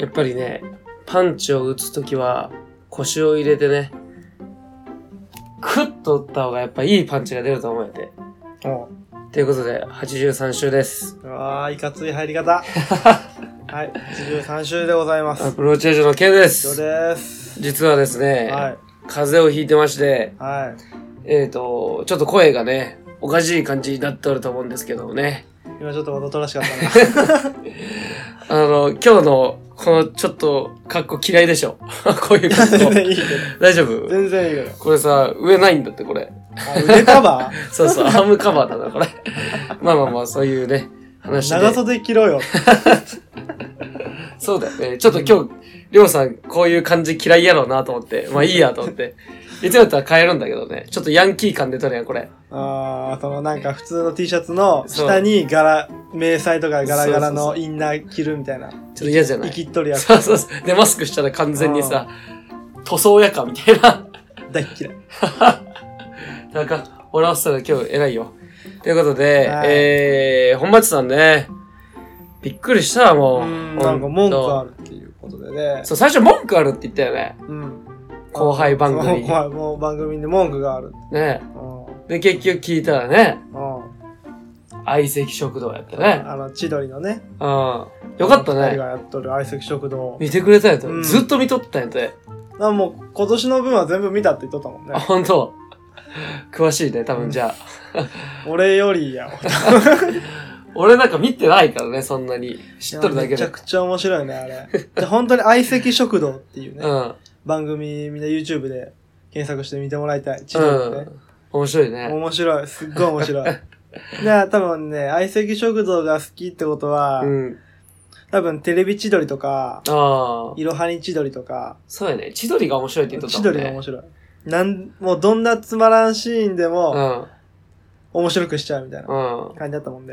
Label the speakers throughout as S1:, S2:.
S1: やっぱりね、パンチを打つときは腰を入れてね、クッと打った方がやっぱいいパンチが出ると思うよて。
S2: お
S1: ということで、83週です。
S2: うわー、いかつい入 り方。はい、83週でございます。
S1: アプローチェージの件で
S2: 以上
S1: す。
S2: です。
S1: 実はですね、
S2: はい、
S1: 風邪をひいてまして、
S2: はい。
S1: えっ、と、ちょっと声がね、おかしい感じになっておると思うんですけどもね。
S2: 今ちょっとわざとらしかったな。
S1: あの、今日の、このちょっと、格好嫌いでしょ。 こういう 格
S2: 全
S1: 好。
S2: 然いいけ
S1: 大丈
S2: ど。
S1: 夫
S2: 全然いいけど。
S1: これさ、上ないんだって、これ。
S2: あ、腕カ バー
S1: そうそう、アームカバーだな、これ。まあまあまあ、そういうね、話で。
S2: 長袖着ろよ。
S1: そうだよね。ちょっと今日、りょうさん、こういう感じ嫌いやろうなと思って。まあいいやと思って。いつもだったら変えるんだけどね。ちょっとヤンキー感出とるやん、これ。
S2: あー、そのなんか普通の T シャツの下に柄、迷彩とか柄柄
S1: そうそう
S2: のインナー着るみたいな。
S1: ちょっと嫌じゃな
S2: 生き
S1: い
S2: っとるやつ
S1: そ。うそうそう。で、マスクしたら完全にさ、塗装やか、みたいな。
S2: 大っ嫌い。
S1: なんか、笑わせたら今日偉いよ。ということで、
S2: はい
S1: えー、本町さんね、びっくりしたわ、もう。
S2: うん、なんか文句あ
S1: る。
S2: るっていうことでね。
S1: そう、最初文句あるって言ったよね。
S2: うん。
S1: 後輩番組に
S2: 後輩もう番組で文句がある。
S1: ね。
S2: うん。うん。
S1: で、結局聞いたらね、相席食堂やったね。
S2: あの、千鳥のね。
S1: うん。よかった
S2: 二人
S1: ね
S2: が。やっとる相席食堂。
S1: 見てくれたんやと、
S2: うん
S1: ずっと見とったんやて。
S2: あもう今年の分は全部見たって言っとったもんね
S1: あ、。ほんと。詳しいね、多分じゃあ。
S2: 俺よりや。
S1: 俺なんか見てないからね、そんなに。知っとるだけ
S2: めち
S1: で
S2: ゃ。くちゃ面白いね、あれ。で本当に相席食堂っていうね、
S1: うん。
S2: 番組みんな YouTube で検索して見てもらいたい。千
S1: う
S2: 鳥のね。
S1: ん。面白いね。
S2: 面白い。すっごい面白い。で、多分ね、相席食堂が好きってことは、
S1: うん。
S2: 多分テレビ千鳥とか、
S1: ああ。
S2: いろはに千鳥とか、
S1: そうやね。千鳥が面白いって言っとった
S2: 千
S1: もん
S2: 鳥
S1: ね。
S2: が面白い。なん、もうどんなつまらんシーンでも、面白くしちゃうみたいな
S1: うん。うん。
S2: 感じだったもんで。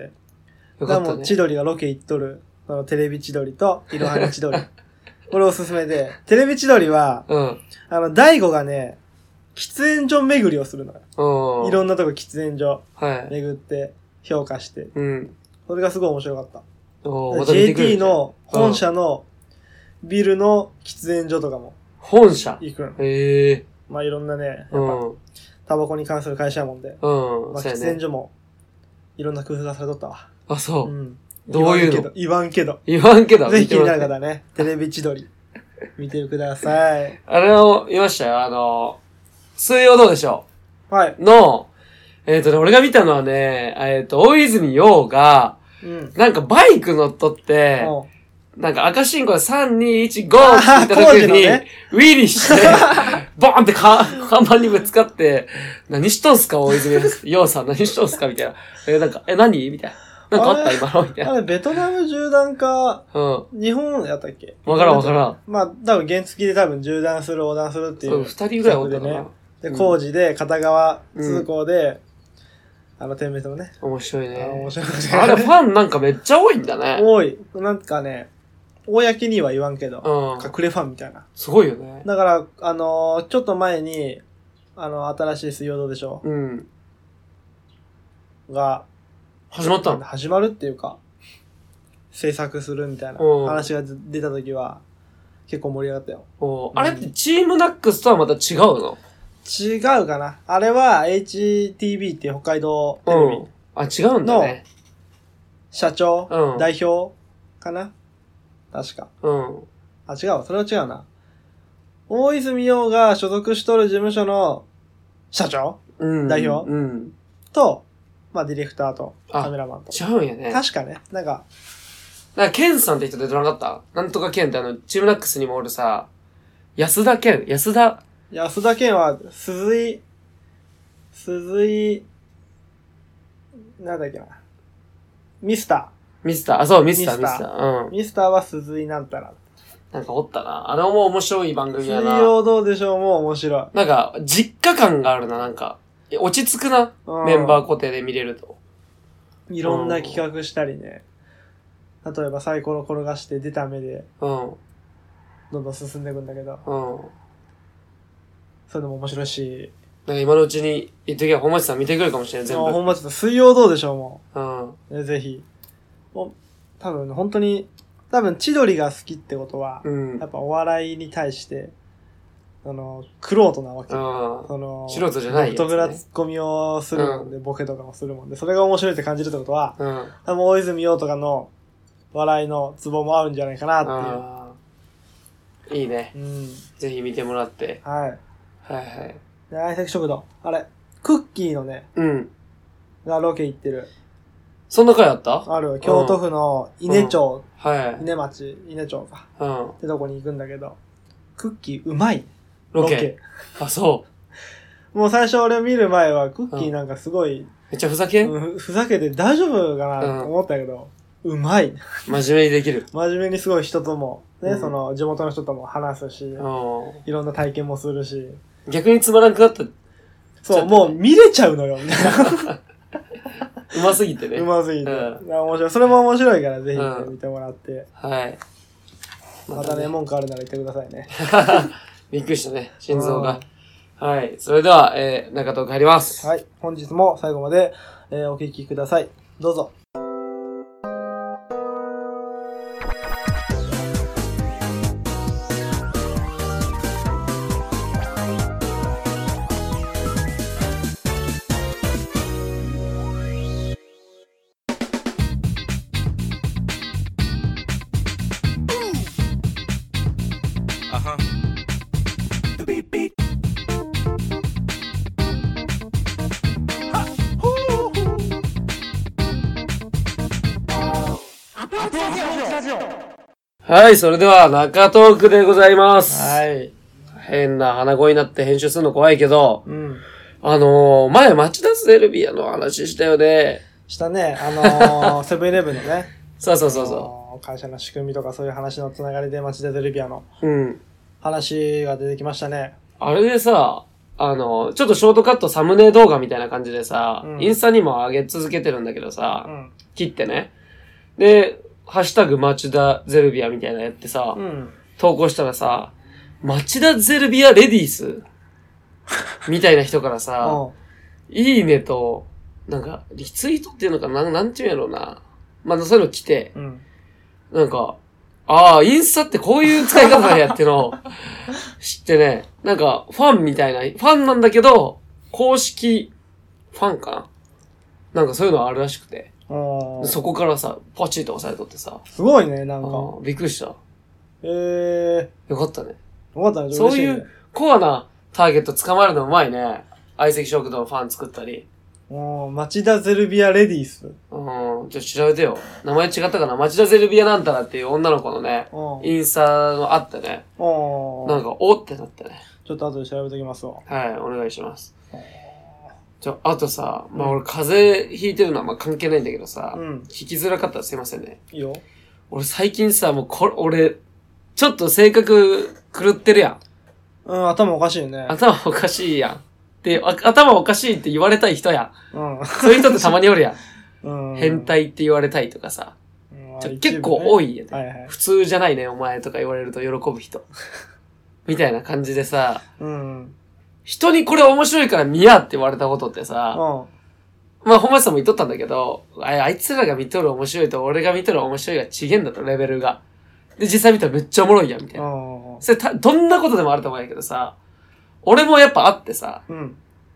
S1: よか
S2: だから
S1: っ
S2: も
S1: た
S2: う
S1: ね。
S2: 千鳥がロケ行っとる、そのテレビ千鳥と、いろはに千鳥。 これおすすめで、テレビ千鳥は、
S1: うん。
S2: あの、大悟がね、喫煙所巡りをするのよ。
S1: うん。
S2: いろんなとこ喫煙所
S1: はい。
S2: 巡って、評価して。
S1: うん。
S2: それがすごい面白かった。
S1: おーまた見てくれ
S2: JT
S1: る
S2: の本社のビルの喫煙所とかも
S1: 本社。
S2: 行くの。
S1: へえ。
S2: まあいろんなね、やっ
S1: う
S2: ぱ
S1: ん。うん。
S2: タバコに関する会社やもんで、まあ
S1: そう
S2: 喫
S1: や
S2: 煙
S1: ね。
S2: 所もいろんな工夫がされとったわ。
S1: あ、
S2: う
S1: そう。
S2: ん。
S1: どういうの
S2: 言わんけど。
S1: 言わんけど。
S2: ぜひ
S1: 見
S2: 気
S1: ても
S2: に
S1: ら
S2: な
S1: っ
S2: る
S1: て
S2: 方はね、テレビ千鳥、見てください。
S1: あれを見ましたよ。あの、水曜どうでしょう
S2: はい。
S1: の、えっ、とね、俺が見たのはね、えっ、と、大泉洋が、
S2: うん。
S1: なんかバイク乗っとって、
S2: も
S1: なんか赤信号で3、2、1、5って言
S2: あ
S1: った
S2: ー
S1: 時
S2: 工事の
S1: に、
S2: ね
S1: ウィリー して、ボーンってか、看板にぶつかって、何しとんすか、大泉洋さん、何しとんすかみたいな。えなんか、え、何みたいな。なんかあっ
S2: あ
S1: た
S2: れ
S1: 今のみ
S2: う
S1: たい
S2: あ
S1: な。
S2: れ、ベトナム縦断か、
S1: うん。
S2: 日本やったっけ
S1: わからんわから
S2: ん。
S1: らん。
S2: まあ、多分原付で多分縦断する、横断するってい
S1: そうう、。二人ぐらいおったか
S2: 近くで
S1: な
S2: ね。で、工事で、片側通行で、あの、点滅のね。
S1: 面白い
S2: あの面
S1: ね。
S2: 白い。
S1: あれ、ファンなんかめっちゃ多いんだね。
S2: 多い。なんかね、公には言わんけど、
S1: うん。
S2: 隠れファンみたいな。
S1: すごいよね。
S2: だから、あのーちょっと前に、あの、新しい水曜どうでしょ
S1: うん。
S2: うが、
S1: 始まったの
S2: 始まるっていうか、制作するみたいな
S1: うん
S2: 話が出た時は、結構盛り上がったよ。
S1: おあれってチームナックスとはまた違うの
S2: 違うかなあれは HTB っていう北海道テレビ
S1: ん。あ、違うんだね。
S2: 社長、
S1: うん
S2: 代表かな確か。
S1: うん。
S2: あ、違うわ。それは違うな。大泉洋が所属しとる事務所の社長
S1: うん。
S2: 代表
S1: うん。
S2: と、まあディレクターと
S1: あ
S2: カメラマンと。
S1: 違うんやね。なん
S2: 確かね。なんか、
S1: か、ケンさんって人出てなかったなんとかケンってあの、チームナックスにもおるさ、安田ケン、安田、
S2: 安田健は、鈴井、鈴井、なんだっけな。ミスタ
S1: ミスター、あ、そう、ミスター、ミ
S2: ミ
S1: ス
S2: ス
S1: タ
S2: タ
S1: ー。う
S2: ー。
S1: ん。
S2: ミスターは鈴井なんたら。
S1: なんかおったな。あれも面白い番組
S2: 水
S1: やな。
S2: 曜どうでしょうも面白
S1: なんか、実家感があるな、なんか。え落ち着くな。
S2: うん
S1: メンバー固定で見れると。
S2: い。いろんな企画したりね。例えばサイコロ転がして出た目で
S1: うん。
S2: どんどん進んでいくんだけど、
S1: うん。
S2: そういうのも面白いし、
S1: なんか今のうちに言っときゃ、本町さん見てくるかもしれない、全
S2: もう
S1: 部。
S2: ほんまちょっと水曜どうでしょうも
S1: うん。
S2: う。ねぜひ。お多分本当に、多分千鳥が好きってことは、
S1: うん。
S2: や
S1: あ
S2: っぱお笑いに対して、あの、クローなわけ。
S1: あ。
S2: その、
S1: 素人じゃないやつね
S2: 独特なツッコミをするもんで、ボケとかもするもんで、それが面白いって感じるってことは、
S1: うん。あ
S2: 多分大泉洋とかの笑いのツボも合うんじゃないかなっ
S1: あ。いいね。
S2: ていう。うん。
S1: ぜひ見てもらって。
S2: はい。
S1: はいはい。
S2: で、愛席食堂。あれ、クッキーのね、
S1: うん。
S2: がロケ行ってる。
S1: そんな回あった
S2: ある、京都府の稲町、
S1: はい。
S2: 稲町、稲町か。
S1: うん。
S2: ってとこに行くんだけど、クッキーうまい。
S1: ロケ。あ、そ
S2: もう最初俺見る前は、クッキーなんかすごい、
S1: う。めっちゃふざけん
S2: うんふざけて大丈夫かなと思ったけど、うまい。
S1: 真面目にできる。
S2: 真面目にすごい人とも、ね、
S1: うん
S2: その地元の人とも話すし、
S1: うん。
S2: いろんな体験もするし、
S1: 逆につまらんくなった。うち
S2: そ
S1: ょ
S2: う、
S1: っと
S2: も
S1: ね
S2: う見れちゃ うのよ、みたいな。
S1: ますぎてね
S2: う。ますぎて。
S1: うん
S2: だから面白い。それも面白いから、ぜひね、
S1: うん
S2: 見てもらって。
S1: はい。
S2: またね、文句あるなら言ってくださいね。
S1: びっくりしたね、心臓が。はい。それでは、えー、中東帰ります。
S2: はい。本日も最後まで、えーお聞きください。どうぞ。
S3: Uh-huh. Beep beep. Hoo-hoo.
S1: はい、それでは、中東区でございます。
S2: はい。
S1: 変な鼻声になって編集するの怖いけど、
S2: うん。
S1: あのー、前、町田スエルビアの話したよね。
S2: したね、あのーセブンイレブンのね、
S1: そうそうそう
S2: あ
S1: そ
S2: のー会社の仕組みとかそういう話のつながりで町田ゼルビアの
S1: う。うん。
S2: 話が出てきましたね。
S1: あれでさ、あのー、ちょっとショートカットサムネ動画みたいな感じでさ、
S2: うん
S1: インスタにも上げ続けてるんだけどさ、
S2: うん。
S1: 切ってね。で、ハッシュタグ町田ゼルビアみたいなのやってさ、
S2: うん。
S1: 投稿したらさ、町田ゼルビアレディース みたいな人からさ、
S2: う
S1: いいねと、なんか、リツイートっていうのかな、なんていうんやろうな。まあ、そういうの来て、
S2: ん。うん。
S1: なんか、ああ、インスタってこういう使い方なんやってのを 知ってね、なんか、ファンみたいな、ファンなんだけど、公式ファンかななんかそういうのあるらしくて。
S2: うん
S1: そこからさ、ポチッと押さえとってさ、
S2: すごいね、な
S1: あ
S2: んか。
S1: ーびっくりした。
S2: えー、
S1: よかったね。
S2: よかったね、
S1: そうい
S2: 嬉しね
S1: う。コアなターゲット捕まえるのうまいね。相席食堂のファン作ったり。
S2: うん、町田ゼルビアレディース。うん。
S1: うん、ちょっと調べてよ。名前違ったかな町田ゼルビアなんたらっていう女の子のね、
S2: うん。
S1: インスタのあってね、なん
S2: ち
S1: か、おってなったね。
S2: ょっと後で調べときますわ。
S1: はい、お願いします
S2: へー。
S1: ちょ、あとさ、まあ俺風邪ひいてるのはまあ関係ないんだけどさ、
S2: うん。
S1: 聞きづらかったらすいませんね。
S2: いいよ。
S1: 俺最近さ、もうこれ、俺、ちょっと性格狂ってるやん。
S2: うん、頭おかしいよね。
S1: 頭おかしいやん。で、あ頭おかしいって言われたい人やん。
S2: う
S1: そういう人ってたまにおるやん。
S2: ん。うん。
S1: 変態って言われたいとかさ。
S2: うん。
S1: ちょ結構多
S2: い。
S1: いよね。
S2: はいはい。
S1: 普通じゃないね、お前とか言われると喜ぶ人。 みたいな感じでさ、
S2: うん。うん。
S1: 人にこれ面白いから見やって言われたことってさ、まあ本町さんも言っとったんだけど、ああいつらが見とる面白いと俺が見とる面白いが違えんだと、レベルが。で、実際見たらめっちゃおもろいやん、みたいな。
S2: うん。
S1: それた、どんなことでもあると思うんやけどさ、俺もやっぱあってさ、
S2: うん。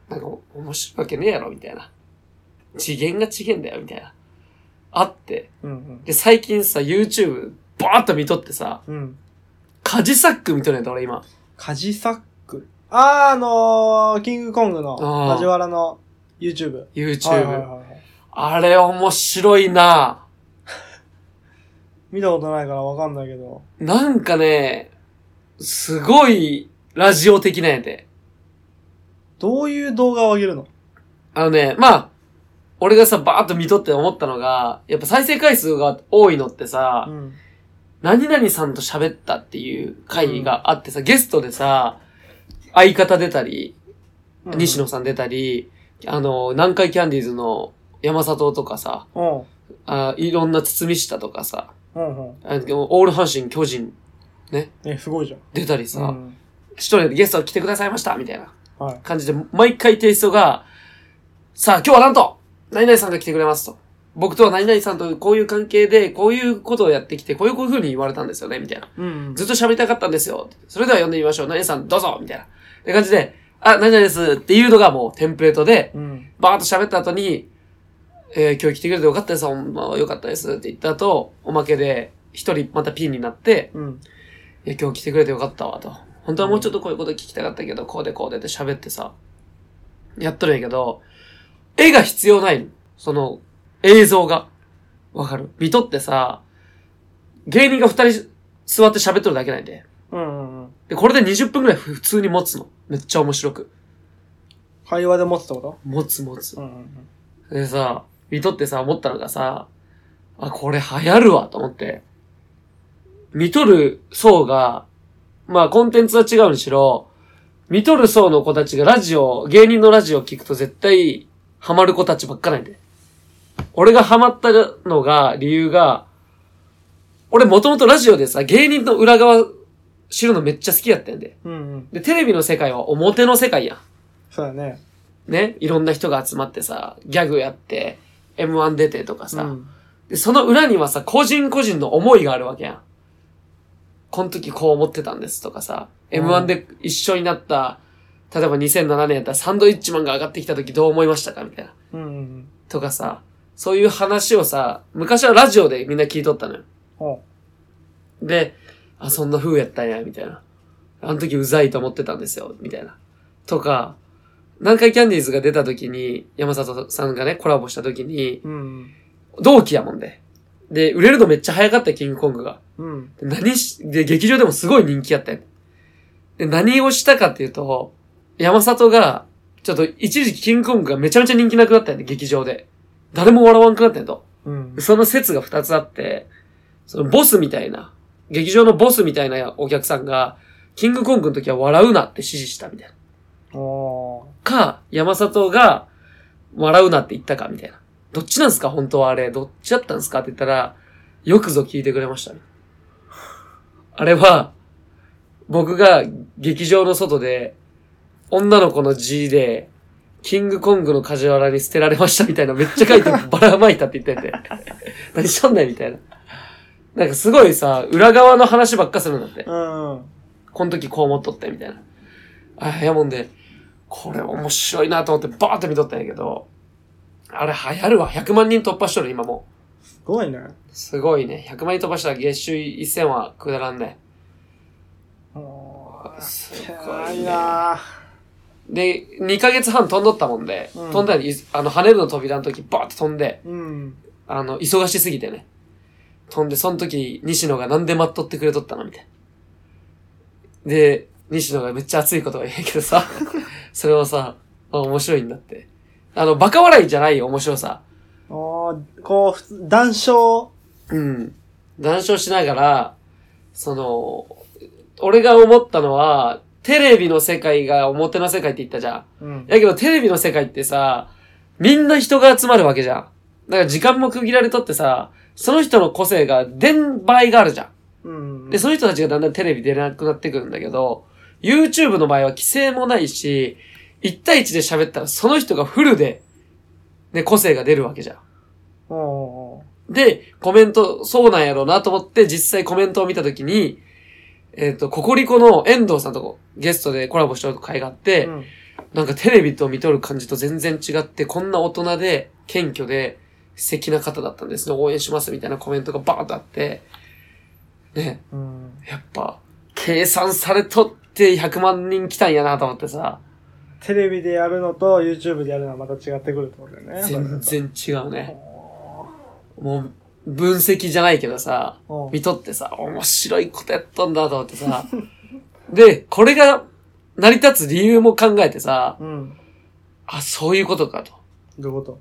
S1: なんか、面白いわけねえやろ、みたいな。次元が違えんだよ、みたいな。あって。
S2: うん。
S1: で、最近さ、YouTube、バーっと見とってさ、
S2: うん。
S1: カジサック見とるんやった、俺今。
S2: カジサック。あー、あのー、キングコングの、
S1: あー
S2: 梶原の YouTube。
S1: YouTube。
S2: はいはいはいはい。
S1: あれ面白いな
S2: 見たことないからわかんないけど。
S1: なんかね、すごい、ラジオ的なんやで。
S2: どういう動画を上げるの
S1: あのね、まあ、俺がさ、バーっと見とって思ったのが、やっぱ再生回数が多いのってさ、
S2: うん。
S1: 何々さんと喋ったっていう会があってさ、ゲストでさ、相方出たり、西野さん出たり、あの、南海キャンディーズの山里とかさ、
S2: うん。
S1: あいろんな堤下とかさ、
S2: うん。うん。
S1: あオール阪神巨人
S2: え、すごいじゃん。
S1: 出たりさ、
S2: うん
S1: 一人でゲスト来てくださいましたみたいな
S2: はい。
S1: 感じで、毎回テイストが、さあ今日はなんと何々さんが来てくれますと。僕とは何々さんとこういう関係で、こういうことをやってきて、こういう風に言われたんですよね、みたいな。
S2: うん
S1: ずっと喋りたかったんですよ。それでは読んでみましょう。何々さん、どうぞみたいな。って感じで、あ、何々ですっていうのがもうテンプレートで、
S2: うん。
S1: バーッと喋った後に、えー今日来てくれてよかったです。ほんまよかったですって言った後、おまけで、一人またピンになって、
S2: うん。
S1: いや、今日来てくれてよかったわ、と。本当はもうちょっとこういうこと聞きたかったけど、こうでこうでって喋ってさ、やっとるんやけど、絵が必要ないの。その、映像が。わかる見とってさ、芸人が二人座って喋っとるだけなんで。
S2: うんうん。
S1: で、これで20分くらい普通に持つの。めっちゃ面白く。
S2: 会話で持つってこ
S1: 持つ持つ
S2: と。うんうん
S1: でさ、見とってさ、思ったのがさ、あ、これ流行るわ、と思って。見とる層が、まあコンテンツは違うにしろ、見とる層の子たちがラジオ、芸人のラジオ聞くと絶対ハマる子たちばっかなんで。俺がハマったのが、理由が、俺もともとラジオでさ、芸人の裏側知るのめっちゃ好きやったんで。
S2: うん。うんうん。
S1: で、テレビの世界は表の世界やん。
S2: そうだね。
S1: ね、いろんな人が集まってさ、ギャグやって、M1 出てとかさ、
S2: うん
S1: で、その裏にはさ、個人個人の思いがあるわけやん。この時こう思ってたんですとかさ、
S2: うん
S1: M1 で一緒になった、例えば2007年やったらサンドイッチマンが上がってきた時どう思いましたかみたいな。
S2: うんうんうん。
S1: とかさ、そういう話をさ、昔はラジオでみんな聞いとったのよ。
S2: ほ
S1: で、あ、そんな風やったんや、みたいな。あの時うざいと思ってたんですよ、みたいな。とか、南海キャンディーズが出た時に、山里さんがね、コラボした時に、
S2: う。うん
S1: 同期やもんで。で、売れるのめっちゃ早かったよキングコングが。
S2: うん。うん。
S1: で何し、で、劇場でもすごい人気やったよ。で、何をしたかっていうと、山里が、ちょっと一時期キングコングがめちゃめちゃ人気なくなったんで、劇場で。誰も笑わんくなったんやと。
S2: うん
S1: その説が二つあって、そのボスみたいな、劇場のボスみたいなお客さんが、キングコングの時は笑うなって指示したみたいな。
S2: おー。
S1: か、山里が、笑うなって言ったかみたいな。どっちなんすか本当はあれ。どっちだったんすかって言ったら、よくぞ聞いてくれました、ね。あれは、僕が劇場の外で、女の子の G で、キングコングの梶原に捨てられましたみたいな、めっちゃ書いてばらまいたって言ってて。何しとんねんみたいな。なんかすごいさ、裏側の話ばっかするんだって。
S2: うん。
S1: この時こう思っとって、みたいな。あ、やもんで、これ面白いなと思ってバーって見とったんやけど、あれ流行るわ。100万人突破しとる、今も
S2: すごいね。
S1: う。すごいね。100万人突破したら月収1000はくだらんね。
S2: おー。
S1: すご
S2: 偉
S1: い
S2: い
S1: ね。
S2: なー
S1: で、2ヶ月半飛んどったもんで、
S2: うん
S1: 飛んだり、あの、跳ねるの扉の時バーって飛んで、
S2: うん。
S1: あの、忙しすぎてね。飛んで、その時、西野がなんで待っとってくれとったのみたいな。で、西野がめっちゃ熱いことが言うけどさ、 それはさ、あ面白いんだって。あの、バカ笑いじゃないよ、面白さ。
S2: おー、こう、普通談笑。
S1: うん。談笑しながら、その、俺が思ったのは、テレビの世界が表の世界って言ったじゃん。
S2: うん。
S1: やけどテレビの世界ってさ、みんな人が集まるわけじゃん。だから時間も区切られとってさ、その人の個性が出ん場合があるじゃ
S2: うん。
S1: ん。で、その人たちがだんだんテレビ出なくなってくるんだけど、YouTube の場合は規制もないし、1対1で喋ったらその人がフルで、ね、個性が出るわけじゃん。
S2: おー。
S1: で、コメント、そうなんやろうなと思って、実際コメントを見たときに、えっ、と、ココリコの遠藤さんとこゲストでコラボしてる会があって、
S2: うん。
S1: なんかテレビと見とる感じと全然違って、こんな大人で、謙虚で、素敵な方だったんですね。応援しますみたいなコメントがバーンとあって、ね、
S2: うん。
S1: やっぱ、計算されとって100万人来たんやなと思ってさ、
S2: テレビでやるのと YouTube でやるのはまた違ってくるってことだよね。
S1: 全
S2: それ
S1: 然違う
S2: だ
S1: ね。
S2: と。
S1: もう、分析じゃないけどさ、
S2: おー
S1: 見とってさ、面白いことやっとんだと思ってさ、で、これが成り立つ理由も考えてさ、
S2: うん。
S1: あ、そういうことかと。
S2: どういうこ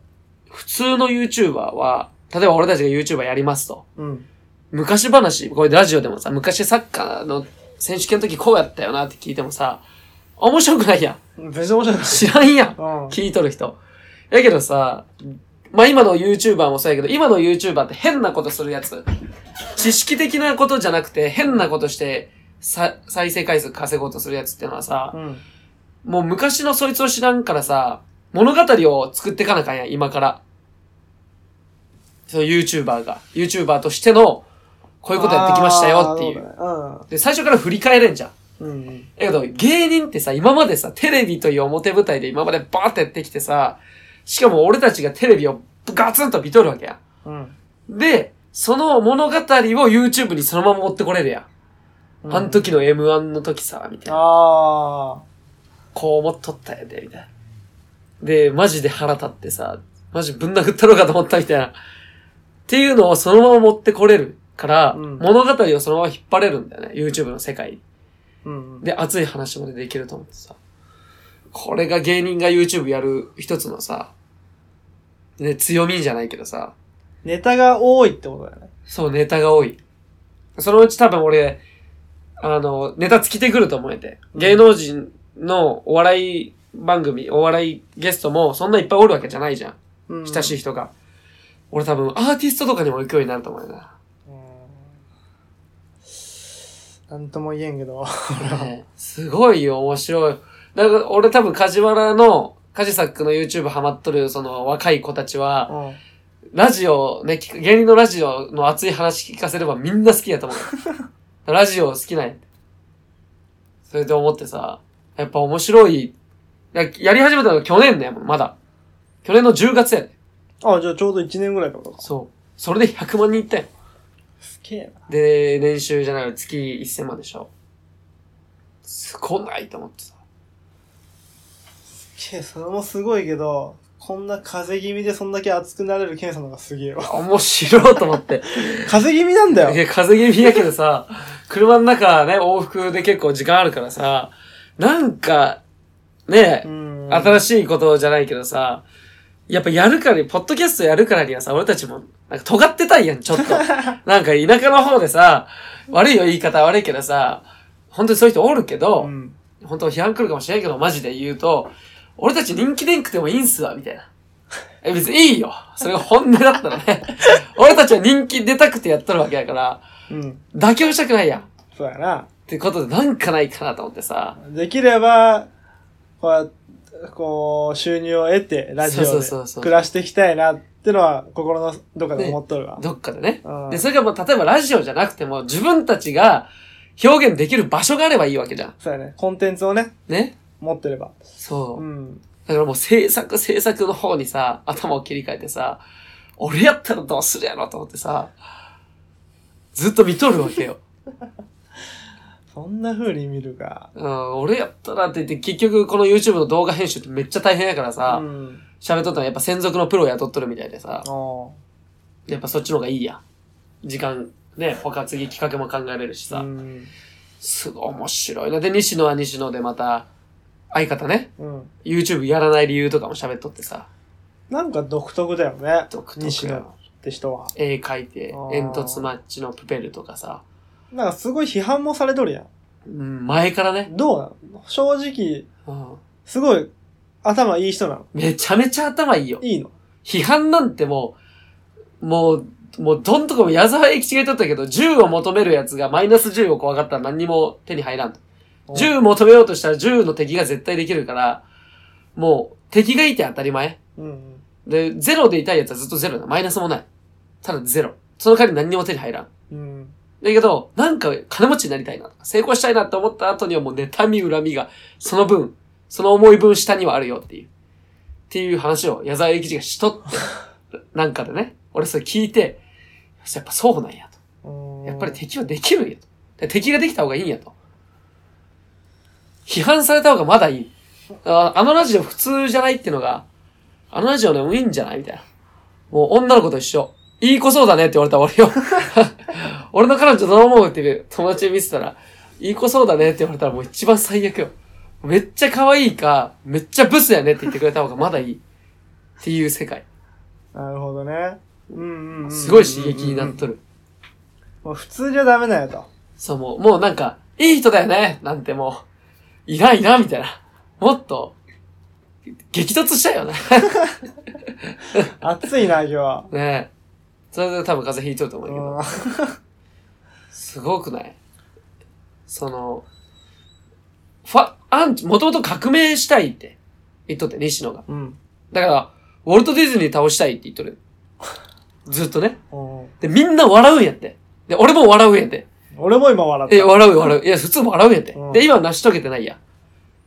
S1: 普通の YouTuber は、例えば俺たちが YouTuber やりますと。
S2: とうん。
S1: 昔話、これラジオでもさ、昔サッカーの選手権の時こうやったよなって聞いてもさ、面白くないやん。
S2: 別に面白い
S1: 知らんやん。
S2: な。うん。
S1: 聞いとる人。やけどさ、まあ今の YouTuber もそうやけど、今の YouTuber って変なことするやつ。知識的なことじゃなくて、変なことして、さ、再生回数稼ごうとするやつってのはさ
S2: う、ん。
S1: もう昔のそいつを知らんからさ、物語を作ってかなあかんやん、今から。その YouTuber が、YouTuber としての、こういうことやってきましたよっていう。
S2: あ
S1: で、最初から振り返れんじゃん。
S2: ーそうだねうん。うん。
S1: だけど、芸人ってさ、今までさ、テレビという表舞台で今までバーってやってきてさ、しかも俺たちがテレビをガツンと見とるわけや。
S2: うん。
S1: で、その物語を YouTube にそのまま持ってこれるや。、
S2: うんん
S1: あの時の M1 の時さ、みたいな。
S2: あ
S1: こう思っとったんやで、みたいな。で、マジで腹立ってさ、マジぶん殴ったろうかと思ったみたいな。っていうのをそのまま持ってこれるから、
S2: うん
S1: 物語をそのまま引っ張れるんだよね、YouTube の世界に。
S2: ー。うん。
S1: で、熱い話までできると思ってさ。これが芸人が YouTube やる一つのさ、ね、強みじゃないけどさ、
S2: ネタが多いってことだよね。
S1: そう、ネタが多い。そのうち多分俺、あの、ネタ尽きてくると思えて。
S2: うん
S1: 芸能人のお笑い番組、お笑いゲストもそんないっぱいおるわけじゃないじゃん。
S2: うん。
S1: 親しい
S2: い。
S1: 人が。俺多分アーティストとかにも行くようになると思うよな。
S2: なんとも言えんけど。
S1: ねすごいよ、面白い。だから俺多分梶原の、梶作の YouTube ハマっとるその若い子たちは、
S2: うん。
S1: ラジオね、聞く芸人のラジオの熱い話聞かせればみんな好きやと思 う。ラジオ好きなんやって。それで思ってさ、やっぱ面白い。ややり始めたのが去年ね、まだ。去年の10月やで、
S2: あ、じゃあちょうど1年ぐらいってことか。
S1: そう。それで100万人いったよ。
S2: すげえな。
S1: で、年収じゃない、月1000万でしょ。すごないと思ってさ。
S2: すげえ、それもすごいけど、こんな風邪気味でそんだけ熱くなれる検査の方がすげえわ。
S1: 面 白いと思って。
S2: 風邪気味なんだ
S1: い
S2: よ。
S1: や、風邪気味やけどさ、車の中ね、往復で結構時間あるからさ、なんか、ね
S2: う、ん。
S1: 新
S2: しい。
S1: しいことじゃないけどさ、やっぱやるからに、ポッドキャストやるからにはさ、俺たちも、なんか尖ってたいやん、ちょっ と。なんか田舎の方でさ、悪いよ、言い方悪いけどさ、本当にそういう人おるけど、
S2: うん。
S1: 本当批判来るかもしれんけど、マジで言うと、俺たち人気でんくてもいいんすわ、みたいな。え、別にいいよ。それが本音だったら ね。俺たちは人気出たくてやっとるわけやから、
S2: うん。
S1: 妥協したくないやん。っ
S2: そうやな。
S1: てことで、なんかないかなと思ってさ。
S2: できれば、こうやって、こう、収入を得て、ラジ
S1: そう
S2: オ
S1: そ
S2: で
S1: うそうそう
S2: 暮らしていきたいなってのは、心のどっかで思っとるわ。
S1: どっかでね。
S2: うん
S1: で、それがもう、例えばラジオじゃなくても、自分たちが表現できる場所があればいいわけじゃん。
S2: そうやね。コンテンツをね、
S1: ね。
S2: 持ってれば。
S1: そうう。
S2: ん。
S1: だからもう制作制作の方にさ、頭を切り替えてさ、俺やったらどうするやろと思ってさ、ずっと見とるわけ よ。
S2: そんな風に見るか。
S1: うん、俺やったらって言って、結局この YouTube の動画編集ってめっちゃ大変やから
S2: う
S1: さ、
S2: ん。
S1: 喋、っとったらやっぱ専属のプロを雇っとるみたいでさ、
S2: お
S1: やっぱそっちの方がいいや。時間、ね、他次企画も考えれるし
S2: う
S1: さ、
S2: ん。
S1: すごい面白いな。で、西野は西野でまた、相方ね、
S2: うん。
S1: YouTube やらない理由とかも喋っとってさ、
S2: なんか独特だよね。
S1: 独特
S2: 西野
S1: や
S2: っ。て人は。
S1: 絵描いて
S2: あ、ー
S1: 煙突マッチのプペルとかさ、
S2: なんかすごい批判もされとるやん。
S1: うん、前からね、
S2: どうなの正直、
S1: うん、
S2: すごい頭いい人なの
S1: めちゃめちゃ頭いいよ。
S2: いいの
S1: 批判なんてもう、もう、もうどんとこも矢沢永吉が言っとったけど、10を求めるやつがマイナス10を怖がったら何にも手に入らんと。10求めようとしたら10の敵が絶対できるから、もう敵がいて当たり前。
S2: うんうん。
S1: で、0でいたいやつはずっと0だ。マイナスもない。ただ0。その代わり何にも手に入らん。
S2: うん。
S1: だけど、なんか金持ちになりたいなとか、成功したいなって思った後にはもう妬み恨みが、その分、その思い分下にはあるよっていう。っていう話を矢沢永吉がしとって、なんかでね、俺それ聞いて、やっぱそうなんや
S2: うん
S1: と。やっぱり敵はできるんやと。で敵ができた方がいいんやと。批判された方がまだいい。ああのラジオ普通じゃないってのが、あのラジオでもいいんじゃないみたいな。もう女の子と一緒。いい子そうだねって言われたら俺よ。 俺の彼女どう思うっていう友達に見てたら、いい子そうだねって言われたらもう一番最悪よ。めっちゃ可愛いか、めっちゃブスやねって言ってくれた方がまだいい。っていう世界。
S2: なるほどね。うんうんうんうん。
S1: すごい刺激になっとる。
S2: もう普通じゃダメだよと。
S1: そう、もう、もうなんか、いい人だよねなんてもう、いらんいらんみたいな。もっと、激突したいよね。
S2: 暑いな、今日は。
S1: ねえ。それで多分風邪ひいとると思うけど。
S2: う
S1: すごくないその、ファ、アンチ、もともと革命したいって言っとって、西野が。
S2: ん。うん
S1: だから、ウォルト・ディズニー倒したいって言っとる。ずっとね。
S2: うん
S1: で、みんな笑うんやって。で、俺も笑うんやって。
S2: 俺も今笑った。
S1: え、笑う笑う。いや、普通も笑うんやって
S2: うん。
S1: で、今成し遂げてないや。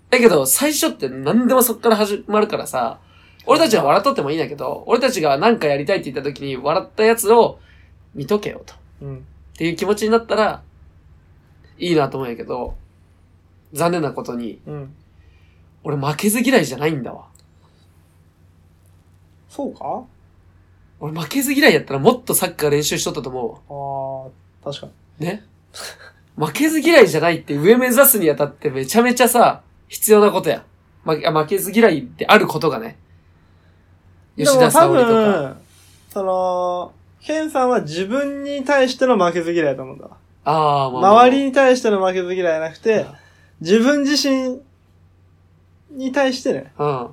S1: だけど、最初って何でもそっから始まるからさ、俺たちは笑っとってもいいんだけど、俺たちが何かやりたいって言った時に笑ったやつを見とけよと。
S2: うん。
S1: っていう気持ちになったら、いいなと思うんやけど、残念なことに、
S2: うん。
S1: 俺負けず嫌いじゃないんだわ。
S2: そうか
S1: 俺負けず嫌いやったらもっとサッカー練習しとったと思うわ。
S2: ああ、確かに。
S1: ね負けず嫌いじゃないって上目指すにあたってめちゃめちゃさ、必要なことや。負けあ負けず嫌いってあることがね。吉田沙保里と
S2: でも
S1: か。
S2: 多分、その、ケンさんは自分に対しての負けず嫌いだと思うんだわ。
S1: ああ、まあまあ
S2: 周りに対しての負けず嫌いじゃなくて、自分自身に対してね、
S1: うん。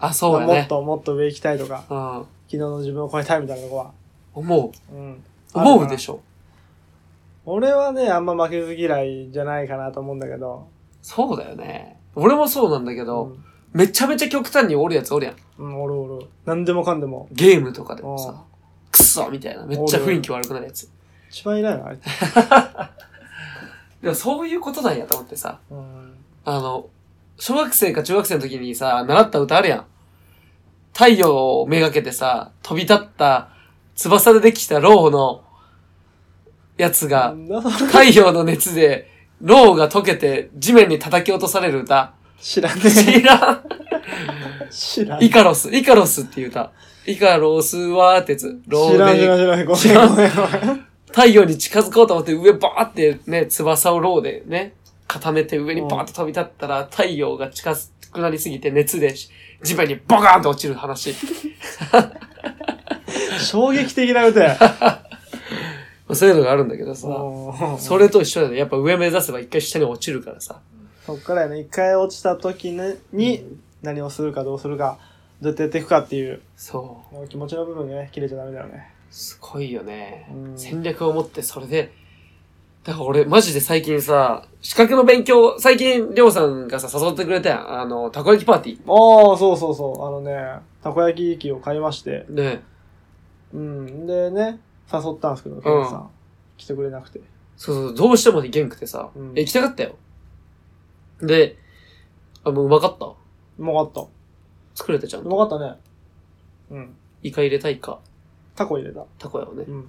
S1: あ、そうや
S2: もっ
S1: ね。
S2: ともっと上行きたいとか、
S1: うん。
S2: 昨日の自分を超えたいみたいなとこは。
S1: 思う。
S2: うん。
S1: 思うでし
S2: ょ。
S1: ょ。
S2: 俺はね、あんま負けず嫌いじゃないかなと思うんだけど。
S1: そうだよね。俺もそうなんだけ
S2: う
S1: ど、
S2: ん。
S1: めちゃめちゃ極端におるやつおるやん。
S2: うん、おるおる。何でもかんでも。
S1: ゲームとかでも
S2: う
S1: さ
S2: ん、
S1: くっそみたいな。めっちゃ雰囲気悪くなるやつ。
S2: 一番いないのあいつ。
S1: でもそういうことなんやと思ってさ。
S2: うん。
S1: あの、小学生か中学生の時にさ、習った歌あるやん。太陽をめがけてさ、飛び立った翼でできたロウのやつが、
S2: な んだそれ
S1: 太陽の熱で、ロウが溶けて地面に叩き落とされる 歌。
S2: 知らね
S1: 知らん。
S2: え。知らねえ
S1: イ。カロス、イカロスっていう歌。イカロスは鉄。ロ
S2: 知らん知らん
S1: ウで、
S2: 知らん。ご
S1: 知
S2: め
S1: ら
S2: ん
S1: ん
S2: ごめんごめん。
S1: 太陽に近づこうと思って上バーってね、翼をロウでね、固めて上にバーって飛び立ったら、太陽が近くなりすぎて熱でし地面にボカーンと落ちる話。
S2: 衝撃的な 歌や。
S1: まあそういうのがあるんだけどさ、
S2: うん
S1: それと一緒だね。やっぱ上目指せば一回下に落ちるからさ。
S2: そっからやね、一回落ちた時にに何をするかどうするか、どうやってやっていくかっていう、
S1: そ
S2: もう気持ちの部分がね、切れちゃダメだよね
S1: う。。すごいよね
S2: う。ん
S1: 戦略を持ってそれで、だから俺マジで最近さ、資格の勉強、最近りょうさんがさ、誘ってくれたやん。あの、たこ焼きパーティ
S2: ああ、そうそうそう。あのね、たこ焼き器を買いまして、
S1: ー。ね
S2: うん。でね、誘ったんですけど、ケンさん。来てくれなくて。
S1: そうそう、どうしても行けんくてさ、
S2: うん
S1: え行きたかったよ。で、あ、もううまかった。
S2: うまかった。
S1: 作れたじゃん
S2: う
S1: と。
S2: まかったね。うん。
S1: イカ入れたいか、
S2: タコ入れた。
S1: たこやをね
S2: う。ん。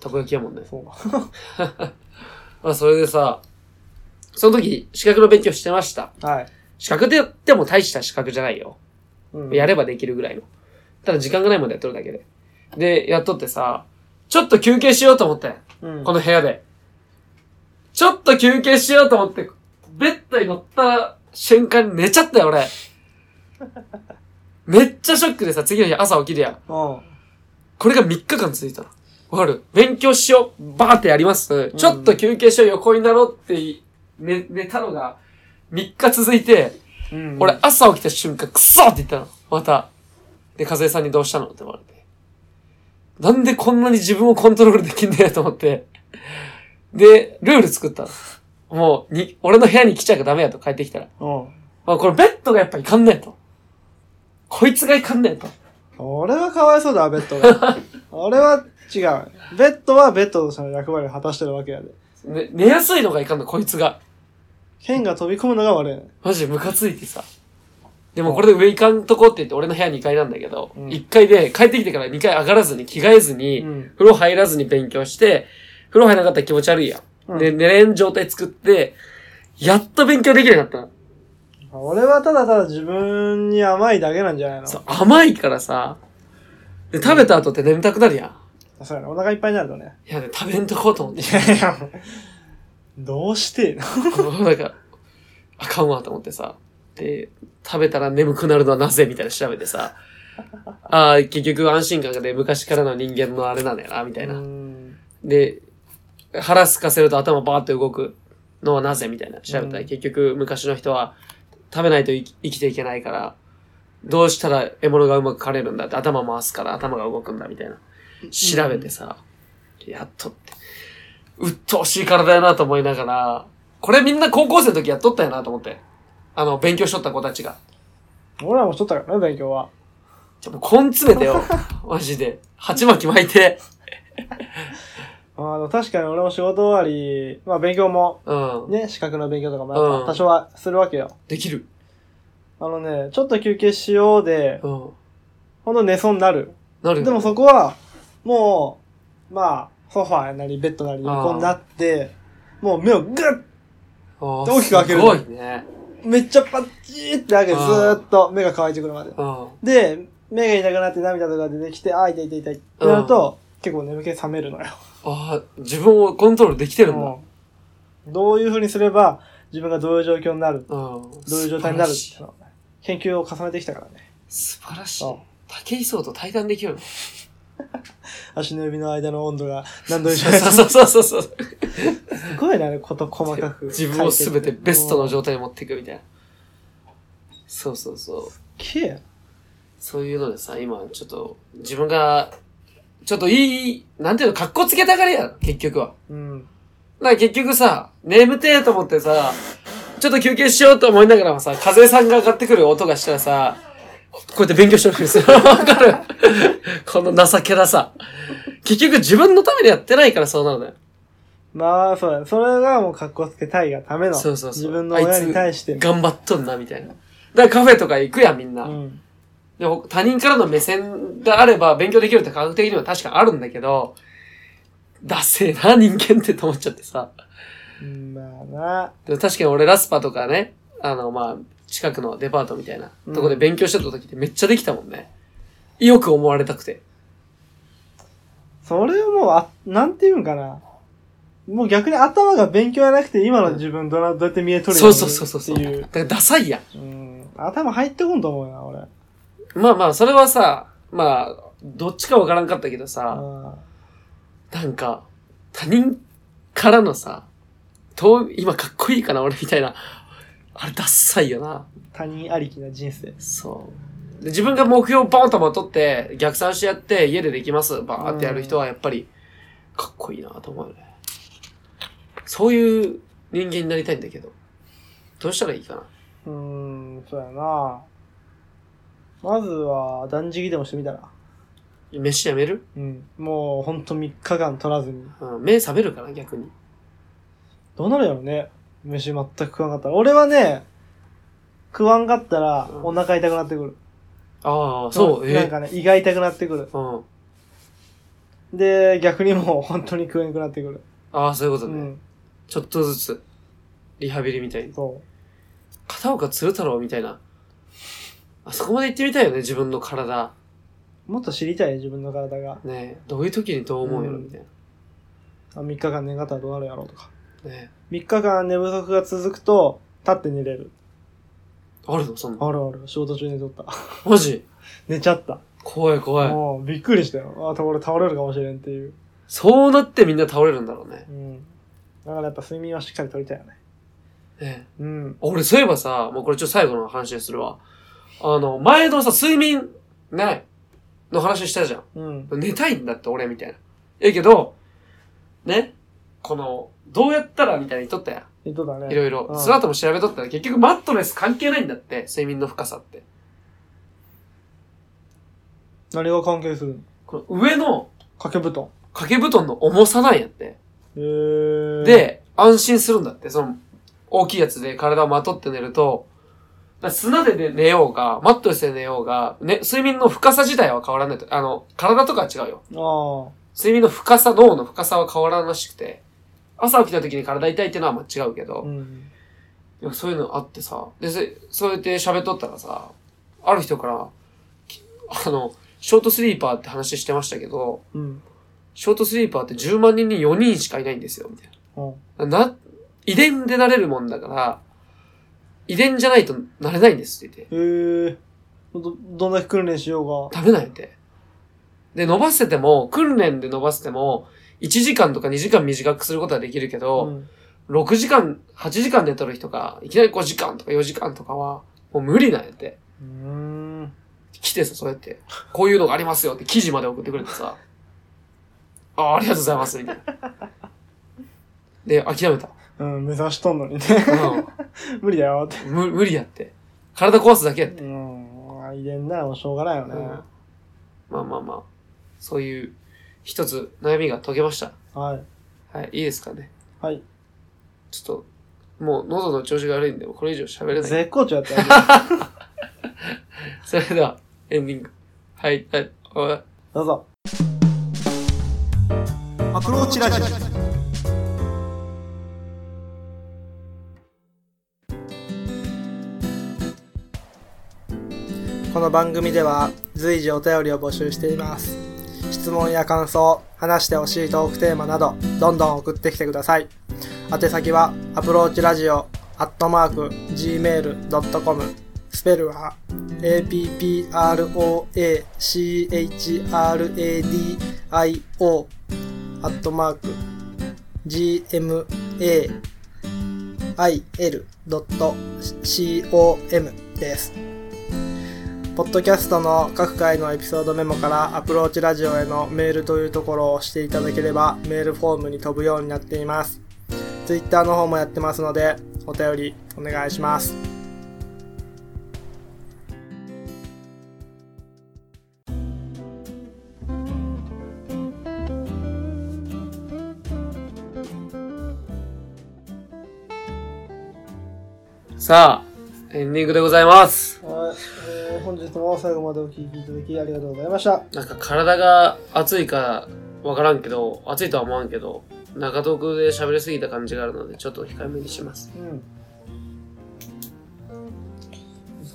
S1: たこ焼きやもんね。
S2: そう。
S1: まあ、それでさ、その時、資格の勉強してました。
S2: はい。
S1: 資格でやっても大した資格じゃないよ。
S2: うん
S1: やればできるぐらいの。ただ時間がないまでやっとるだけで。で、やっとってさ、ちょっと休憩しようと思って、
S2: うん。
S1: この部屋で。ちょっと休憩しようと思って、ベッドに乗った瞬間に寝ちゃったよ、俺。めっちゃショックでさ、次の日朝起きるやん。
S2: の、
S1: これが3日間続いたの。わかる勉強しよう。バーってやります。ちょっと休憩しよう、横になろうって、寝、寝たのが、3日続いて、
S2: うん。うん。
S1: 俺、朝起きた瞬間、クソって言ったの。また。で、和江さんにどうしたのって言われて。なんでこんなに自分をコントロールできんだよと思って。で、ルール作ったの。もう、に、俺の部屋に来ちゃダメやと帰ってきたら。
S2: うん。
S1: まあ、これベッドがやっぱいかんないと。こいつがいかんないと。
S2: 俺はかわいそうだ、ベッド が。俺は違う。ベッドはベッドとしての役割を果たしてるわけやで。
S1: ね、寝やすいのがいかんの、こいつが。
S2: 剣が飛び込むのが悪いね。
S1: マジムカついてさ。でもこれで上行かんとこって言って、俺の部屋2階なんだけど、
S2: うん
S1: 1階で帰ってきてから2階上がらずに着替えずに、
S2: ん。
S1: 風呂入らずに勉強して、風呂入らなかったら気持ち悪いやん。
S2: うん
S1: で、寝れん状態作って、やっと勉強できるようになっ
S2: 俺はただただ自分に甘いだけなんじゃないの
S1: たそう、甘いからさ。で、食べた後って眠たくなるやん。
S2: そうやね。お腹いっぱいになるとね。
S1: いや、ね、食べんとこうと思 って。
S2: いやいや、どうしてな。
S1: もうなんか、あかんわと思ってさ。で、食べたら眠くなるのはなぜみたいな調べてさ。ああ、結局安心感で昔からの人間のあれなんだよな、みたいな。
S2: うん
S1: で、腹すかせると頭バーって動くのはなぜみたいな調べたら、
S2: うん
S1: 結局昔の人は食べないと生き生きていけないから、どうしたら獲物がうまく狩れるんだって頭回すから頭が動くんだみたいな。調べてさ、やっとって。うっとうしい体やなと思いながら、これみんな高校生の時やっとったよなと思って。あの、勉強しとった子たちが。
S2: 俺らもしとったからね、勉強は。
S1: ちょっと根詰めて よ。マジで。鉢巻き巻いて。
S2: あの、確かに俺も仕事終わり、まあ勉強も、
S1: うん。
S2: ね、資格の勉強とかもやっ
S1: うん
S2: ぱ多少はするわけよ。
S1: できる。
S2: あのね、ちょっと休憩しようで、
S1: うん。
S2: ほんと寝そうになる。
S1: なるよ
S2: でもそこは、もう、まあ、ソファーなりベッドなり横になって、もう目をグッ
S1: あー
S2: 大きく開ける
S1: すごいね。
S2: めっちゃパッチーって開けて、
S1: う
S2: ず
S1: ん
S2: ーっと目が乾いてくるまで。
S1: うん。
S2: で、目が痛くなって涙とか出てきて、あー、痛い痛い痛いってなると、結構眠気覚めるのよ。
S1: ああ、自分をコントロールできてるんだ。
S2: うんどういう風にすれば、自分がどういう状況になる、
S1: うん。
S2: どういう状態になるっ
S1: 素
S2: ていうのをね研究を重ねてきたからね。
S1: 晴らしい。素晴
S2: うん
S1: らしい竹井壮と対談できるの。
S2: 足の指の間の温度が何度
S1: そう
S2: 以上に す
S1: そうそうそう。
S2: ごいな、あれ、こと細かく。
S1: 自分をすべてベストの状態に持っていくみたいな。そうそうそう。
S2: 態。け
S1: そういうのでさ、今ちょっと自分が、ちょっといい、なんていうの、格好つけたがりやん、結局は。
S2: うん。
S1: だから結局さ、眠てえと思ってさ、ちょっと休憩しようと思いながらもさ、風さんが上がってくる音がしたらさ、こうやって勉強してるんですよ。 わかるこの情けなさ。結局自分のためにやってないからそうなのよ。
S2: まあ、そうだね。それがもう格好つけたいがための。
S1: そうそうそう
S2: 自分の親に対して。
S1: 頑張っとんな、みたいな。だからカフェとか行くやん、みんな。
S2: うん。
S1: でも他人からの目線があれば勉強できるって科学的には確かあるんだけど、ダセえな、人間ってと思っちゃってさ。
S2: うんまあな。
S1: でも確かに俺ラスパとかね、あの、まあ、近くのデパートみたいな
S2: うん
S1: とこで勉強してた時ってめっちゃできたもんね。よく思われたくて。
S2: それをもう、あ、なんていうんかな。もう逆に頭が勉強じゃなくて、今の自分どな、どうやって見えとる
S1: そうそうそうそう。
S2: っ
S1: そう
S2: て
S1: だ
S2: いう。
S1: からダサいやん。
S2: うん。頭入ってこんと思うな、俺。
S1: まあまあ、それはさ、まあ、どっちかわからんかったけどさ、なんか、他人からのさ、と、今かっこいいかな、俺みたいな。あれダッサいよな。
S2: うん他人ありきな人生。
S1: そう。で自分が目標をバーンとまとって、逆算してやって、家でできます。バーンってやる人はやっぱり、かっこいいなと思うよね。そういう人間になりたいんだけど、どうしたらいいかな。
S2: うーん、そうやな。まずは、断食でもしてみたら。
S1: 飯やめる、
S2: うん。もう、ほんと3日間取らずに。
S1: うん、目覚めるかな、逆に。
S2: どうなるやろね。飯全く食わんかったら。俺はね、食わんかったら、
S1: うん
S2: お腹痛くなってくる。
S1: ああ、そう、え
S2: なん
S1: え
S2: かね、胃が痛くなってくる。
S1: うん。
S2: で、逆にもう、本当に食えなくなってくる。
S1: ああ、そういうこと
S2: う
S1: ね。
S2: ん。
S1: ちょっとずつ、リハビリみたいに。
S2: そ
S1: 片岡鶴太郎みたいな。あそこまで行ってみたいよね、自分の体。
S2: う。もっと知りたい、自分の体が。
S1: ねどういう時にどう思うよ、みたい
S2: あ3日間寝方どうなるやろうとか。
S1: な。ね
S2: 3日間寝不足が続くと、立って寝れる。
S1: あるの、そんな。
S2: あるある、仕事中寝とった。
S1: マジ
S2: 寝ちゃった。
S1: 怖い怖い。
S2: もう、びっくりしたよ。あ、た俺倒れるかもしれんっていう。
S1: そうなってみんな倒れるんだろうね。
S2: うん。だからやっぱ睡眠はしっかりとりたいよね。
S1: ね
S2: うん。
S1: 俺そういえばさ、もうこれちょっと最後の話にするわ。あの、前のさ、睡眠、ね、の話したじゃん。
S2: うん。
S1: 寝たいんだって俺みたいな。ええけど、ね、この、どうやったらみたいに言っとったや
S2: えっとだ
S1: ん。
S2: ね。
S1: いろいろ
S2: う。ん
S1: その後も調べとったら結局マットレス関係ないんだって、睡眠の深さって。
S2: 何が関係するの
S1: この上の
S2: 掛け布団。
S1: 掛け布団の重さなんやって。
S2: へー。、
S1: で、安心するんだって、その、大きいやつで体をまとって寝ると、だから砂でね寝ようが、マットレスで寝ようが、ね、睡眠の深さ自体は変わらないと。あの、体とかは違うよ。
S2: あ
S1: 睡眠の深さ、脳の深さは変わらなしくて、朝起きた時に体痛いってのはまあ違うけ
S2: あ。う
S1: ど、
S2: ん。
S1: いやそういうのあってさ、で、そそうやって喋っとったらさ、ある人から、きあの、ショートスリーパーって話してましたけど、
S2: うん。
S1: ショートスリーパーって10万人に4人しかいないんですよ、みたいな。
S2: うん。
S1: な、遺伝でなれるもんだから、遺伝じゃないとなれないんですって言って。
S2: へー。ど、どんだけ訓練しようが。
S1: ダメなんやって。で、伸ばせても、訓練で伸ばせても、1時間とか2時間短くすることはできるけ
S2: う
S1: ど、
S2: ん。
S1: 6時間、8時間寝とる人が、いきなり5時間とか4時間とかは、もう無理なんやって。
S2: うーん。
S1: 来てさ、そうやって。こういうのがありますよって記事まで送ってくれてさ。ああ、ありがとうございます、みたいな。で、諦めた。
S2: うん、目指しとんのにね。
S1: う
S2: 無理だよっ
S1: ん、む無理やって。体壊すだけやって
S2: て。うん。あ遺伝ならもうしょうがないよね。
S1: うんまあまあまあ、そういう一つ悩みが解けました。
S2: はい。
S1: はい、いいですかね。
S2: はい。
S1: ちょっと、もう喉の調子が悪いんで、これ以上喋れない。
S2: 絶好調やった らね
S1: それでは、エンディング。はい、はい、あ
S2: どうぞ。アプローチラジオ。この番組では随時お便りを募集しています。質問や感想、話してほしいトークテーマなど、どんどん送ってきてください。宛先は、アプローチラジオ、アットマーク、gmail.com、スペルは、approachradio、アットマーク、gmail.com です。ポッドキャストの各回のエピソードメモからアプローチラジオへのメールというところを押していただければメールフォームに飛ぶようになっています。ツイッターの方もやってますのでお便りお願いします。
S1: さあ、エンディングでございます。
S2: はい、えー本日も最後までお聞きいただきありがとうございました。
S1: なんか体が熱いかわからんけど、熱いとは思わんけど、中東区で喋りすぎた感じがあるので、ちょっと控えめにします。
S2: うん。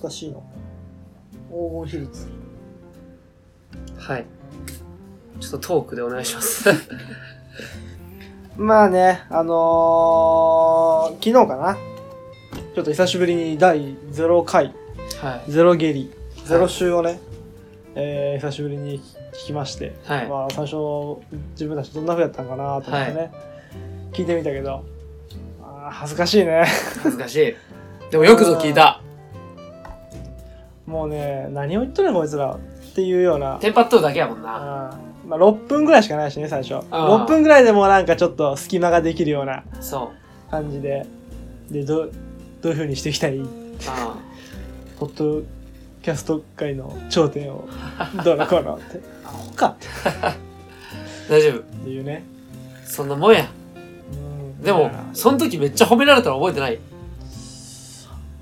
S2: 難しいの。黄金比率。
S1: はい。ちょっとトークでお願いし ます。
S2: まあね、あのー、昨日かな。ちょっと久しぶりに第0回、
S1: はい。
S2: 0下痢、0週をね、えー久しぶりに聞きまして、
S1: はい。
S2: まあ最初、自分たちどんな風やったんかなと思ってね、聞いてみたけど、あー恥ずかしいね。
S1: 恥ずかしい。でもよくぞ聞いた。
S2: もうね、何を言っとるのこいつらっていうような。
S1: テンパっとるだけやもんな。
S2: あーまあ、6分ぐらいしかないしね最初
S1: あー
S2: 6分ぐらいでもうなんかちょっと隙間ができるような
S1: そう。
S2: 感じででどうどういうふうにしていきたい
S1: あ
S2: ポッドキャスト界の頂点をどうのこうのってアホか
S1: あ大丈夫。
S2: っていうね
S1: そんなもんや。
S2: うん
S1: でも、その時めっちゃ褒められたら覚えてない。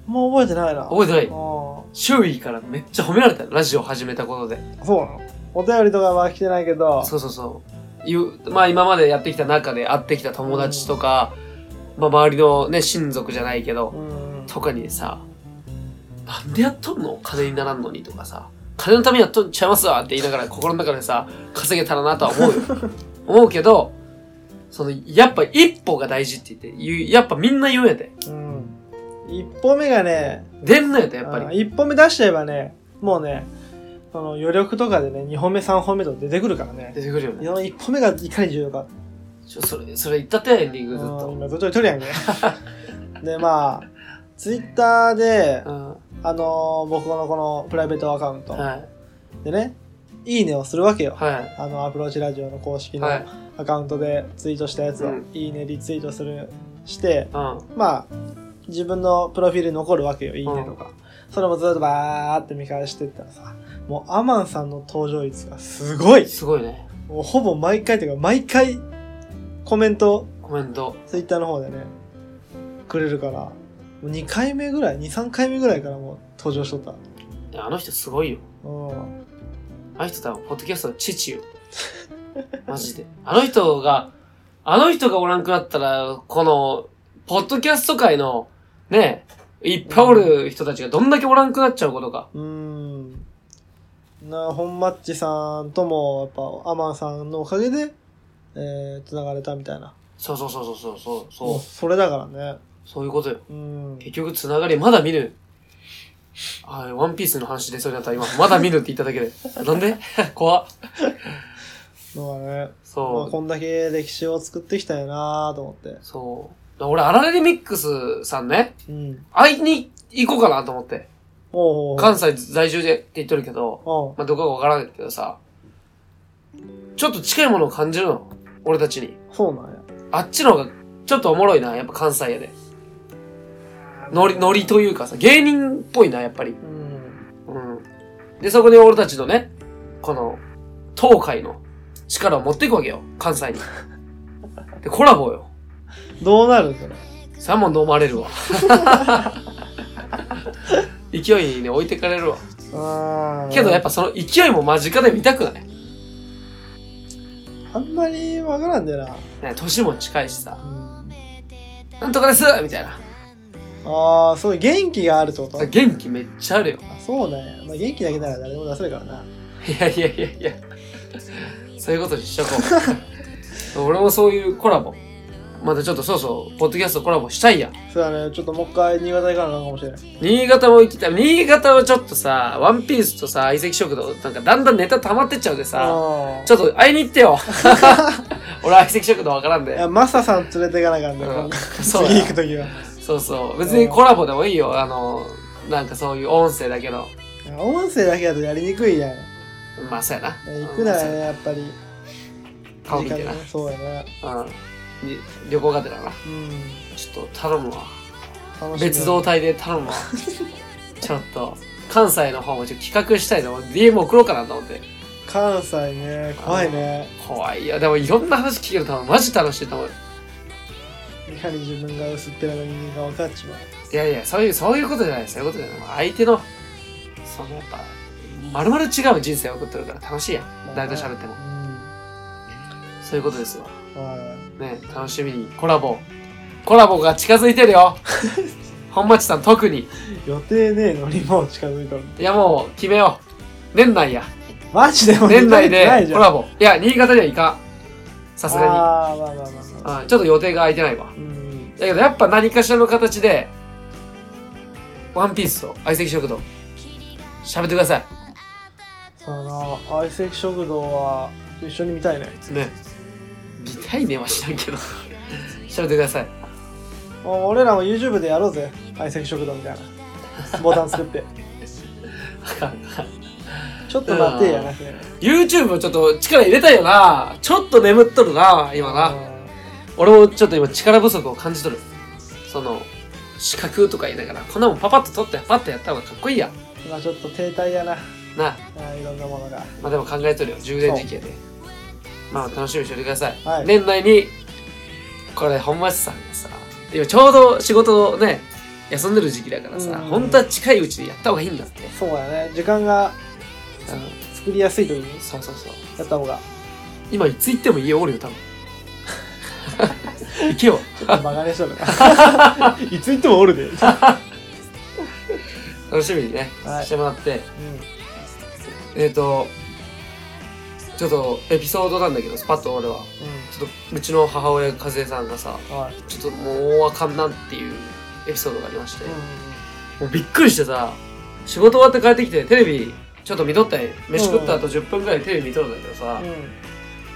S2: もう覚えてないな
S1: 覚えてない
S2: あ。ー
S1: 周囲からめっちゃ褒められた。ラジオ始めたことで。
S2: そうなのお便りとかは来てないけど
S1: そうそうそう。いう、まあ今までやってきた中で会ってきた友達とか、まあ周りのね、親族じゃないけど、
S2: うん
S1: とかにさ、なんでやっとんの金にならんのにとかさ、金のためにやっとんちゃいますわって言いながら心の中でさ、稼げたらなとは思うよ。 思うけど、その、やっぱ一歩が大事って言って、言う、やっぱみんな言うんやで。
S2: うん一歩目がね
S1: 出んのやで、やっぱり
S2: あ。ー一歩目出しちゃえばねもうねその余力とかでね二本目三本目と出てくるからね
S1: 出てくるよね。
S2: その一歩目がいかに重要か。
S1: ちょそれ、それ言ったってエンディングずっ
S2: うん
S1: と。
S2: 今ずっと言っとるやんけ。 で、まあ、ツイッターで
S1: う、ん。
S2: あのー僕のこのプライベートアカウント
S1: はい。
S2: でね、いいねをするわけよ。
S1: はい。
S2: あの、アプローチラジオの公式の
S1: はい
S2: ア。カウントでツイートしたやつを、
S1: う
S2: い
S1: ん、
S2: いねリツイートする、して、
S1: うん。
S2: まあ、自分のプロフィールに残るわけよ、いいねとか。それもずっとバーって見返してったらさ、もうアマンさんの登場率がすごい
S1: すごいね。
S2: もうほぼ毎回というか、毎回コメント
S1: コメント。
S2: ツイッターの方でね、くれるから、もう2回目ぐらい、2、3回目ぐらいからもう登場しとった。
S1: いやあの人すごいよ。
S2: うん。
S1: あの人多分、ポッドキャストの父よ。 マジで。あの人が、あの人がおらんくなったら、この、ポッドキャスト界の、ね、いっぱいおる人たちがどんだけおらんくなっちゃうことか。
S2: うーん。な、本マッチさんとも、やっぱ、アマンさんのおかげで、えー、繋がれたみたいな。
S1: そうそうそうそうそう
S2: も
S1: そうう。
S2: それだからね。
S1: そういうことよ。
S2: うん。
S1: 結局、つながりまだ見ぬ。あ、ワンピースの話出そうになった今、まだ見ぬって言っただけで。なんで 怖っ
S2: のがね、まあ、
S1: そう。
S2: こんだけ歴史を作ってきたよなーと思って。
S1: そう。俺、アラレレミックスさんね、
S2: うん。
S1: 会いに行こうかなと思って。
S2: おうおうおう
S1: 関西在住でって言っとるけど、
S2: うん。
S1: まあ、どこかわからんけどさ、ちょっと近いものを感じるの。俺たちに。
S2: そうなんや。
S1: あっちの方が、ちょっとおもろいな。やっぱ関西やで。ノリ、ノリというかさ、芸人っぽいな、やっぱり。
S2: うん。
S1: うん。で、そこに俺たちのね、この、東海の力を持っていくわけよ。関西に。で、コラボよ。
S2: どうなるんそれ。
S1: サーモン飲まれるわ。 勢いにね、置いてかれるわ。
S2: あー
S1: けどやっぱその勢いも間近で見たくない
S2: あんまりわからんでな。
S1: ね年も近いしさ
S2: う。ん
S1: なんとかですみたいな。
S2: ああ、そう、元気があるってことあ
S1: 元気めっちゃあるよ。
S2: そうね。まあ、元気だけなら誰でも出せるからな。
S1: いやいやいやいや。そういうことにしとこう。俺もそういうコラボ。またちょっとそうそう、ポッドキャストコラボしたいやん。
S2: そうだね。ちょっともう一回新潟行かなのかもしれない。
S1: 新潟も行きたい。新潟はちょっとさ、ワンピースとさ、相席食堂、なんかだんだんネタ溜まってっちゃうでさ、
S2: あ
S1: ちょっと会いに行って よ。俺相席食堂わからん
S2: あ。い
S1: で
S2: や、。マサさん連れていかなあかんね。
S1: うん
S2: 今回
S1: そうだ
S2: 次行くときは。
S1: そうそう。別にコラボでもいいよ。あの、なんかそういう音声だけど。
S2: いや音声だけだとやりにくいやん。
S1: まあ、そうやな。
S2: 行くなら
S1: う
S2: ね、
S1: ん
S2: やっぱり。
S1: 顔見てな
S2: 時間。ねそうやな。
S1: うん。に旅行がてらな。
S2: うん。
S1: ちょっと頼むわ。
S2: 楽しみ。
S1: 別動態で頼むわ。ちょっと、関西の方もちょっと企画したいと思って、DM 送ろうかなと思って。
S2: 関西ね、怖いね。
S1: 怖いよ。でもいろんな話聞けるとマジ楽しいと思う。
S2: いかに自分が薄っぺらな人間が分かっちまう。
S1: いやいや、そういう、そういうことじゃない。そういうことじゃない。相手の、そのやっぱ、まるまる違う人生を送ってるから楽しいやん。誰と喋っても
S2: う。ん。
S1: そういうことですわ。
S2: は
S1: ね、楽しみに。コラボ。コラボが近づいてる よ。本町さん特に。
S2: い。予定ねえのにもう近づいとる。
S1: いやもう決めよう。年内や。
S2: マジで もう
S1: 年内
S2: 行かれ
S1: で
S2: て
S1: コ
S2: ない
S1: ラボ。いや、新潟には行かん。さす
S2: じゃん。
S1: が
S2: ああ、まあまあまあまあ。
S1: に。うん、ちょっと予定が空いてないわ。
S2: うん。
S1: だけどやっぱ何かしらの形で、ワンピースと相席食堂、喋ってくださ
S2: その、相席食堂は一緒に見たいね。
S1: い。ね。見たいねは知らんけど。 喋ってください。
S2: もう俺らも YouTube でやろうぜ。相席食堂みたいな。ボタン作って。ちょっと待ってやなくて。
S1: YouTube をちょっと力入れたいよな。ちょっと眠っとるな、今な。俺もちょっと今力不足を感じとるその資格とか言いながらこんなもんパパッと取ってパッとやった方がかっこいいや
S2: 今ちょっと停滞やな。
S1: なあ
S2: あいろんなものが。
S1: まあでも考えとるよ充電時期やでまあ楽しみにしておいてください、
S2: はい
S1: 年内にこれ本町さんがさ今ちょうど仕事をね休んでる時期だからさ
S2: うん
S1: 本当は近いうちにやった方がいいんだって
S2: そうやね。時間が
S1: あの
S2: 作りやすい時に
S1: そうそうそう
S2: やった方が。
S1: 今いつ行っても家おるよ多 分行けよ
S2: ちょっとバカにしとるな。いつ行ってもおるで。
S1: 楽しみにね、
S2: はい
S1: してもらって
S2: うん
S1: えー、と、ちょっとエピソードなんだけど、パッと俺は。ちょっと、うちの母親、和江さんがさ、
S2: うん。はい。
S1: ちょっともうあかんなっていうエピソードがありまして、
S2: う
S1: もうびっくりしてさ、仕事終わって帰ってきて、テレビ、ちょっと見とったんよ飯食った後10分くらいテレビ見とるんだけどさ
S2: ん。、うん。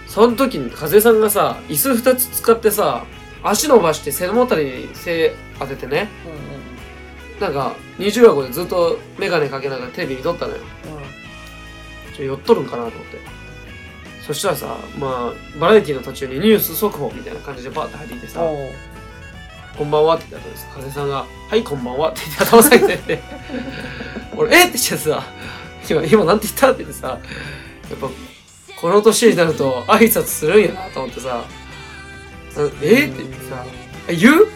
S1: その時に和江さんがさ、椅子2つ使ってさ、足伸ばして背のあたりに背当ててね、なんか、20箱でずっとメガネかけながらテレビ見とったのよ。
S2: うん。うん。
S1: ちょ寄っとるんかなと思ってそしたらさまあバラエティの途中にニュース速報みたいな感じでバーって入ってきてさ「
S2: おう
S1: こんばんは」って言ったんです風さんが「はいこんばんは」って言って頭下げてて俺「えっ?」てしてさ「今今なんて言った?」って言ってさやっぱこの年になると挨拶するんやなと思ってさ「うんえっ?」って言ってさ「え言う?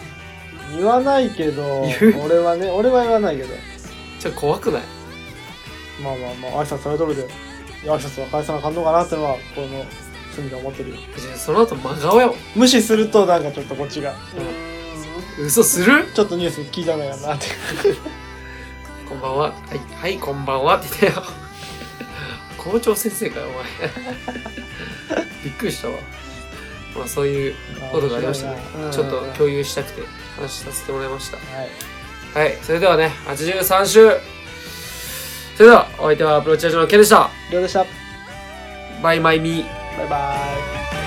S2: 言わないけど
S1: 言う
S2: 俺はね俺は言わないけど」
S1: ちょっと怖くない
S2: まあまあまあ挨拶されとるでいや挨拶は返さなあかんのかなってのはこの住みで思ってるよ
S1: その後真顔やもん
S2: 無視するとなんかちょっとこっちが
S1: 嘘する
S2: ちょっとニュース聞いたのやなって
S1: こんばんは。はい、はい、こんばんはって言ったよ。校長先生かよ、お前。びっくりしたわ。まあ、そういう ことがありましたね。ちょっと
S2: 日
S1: 共有したくて、話させてもらいました。
S2: はい
S1: はい、それではね、83週。それでは、お相手はアプローチラジオのケンでした。
S2: りょうでした
S1: バイマイミー。
S2: バイバイ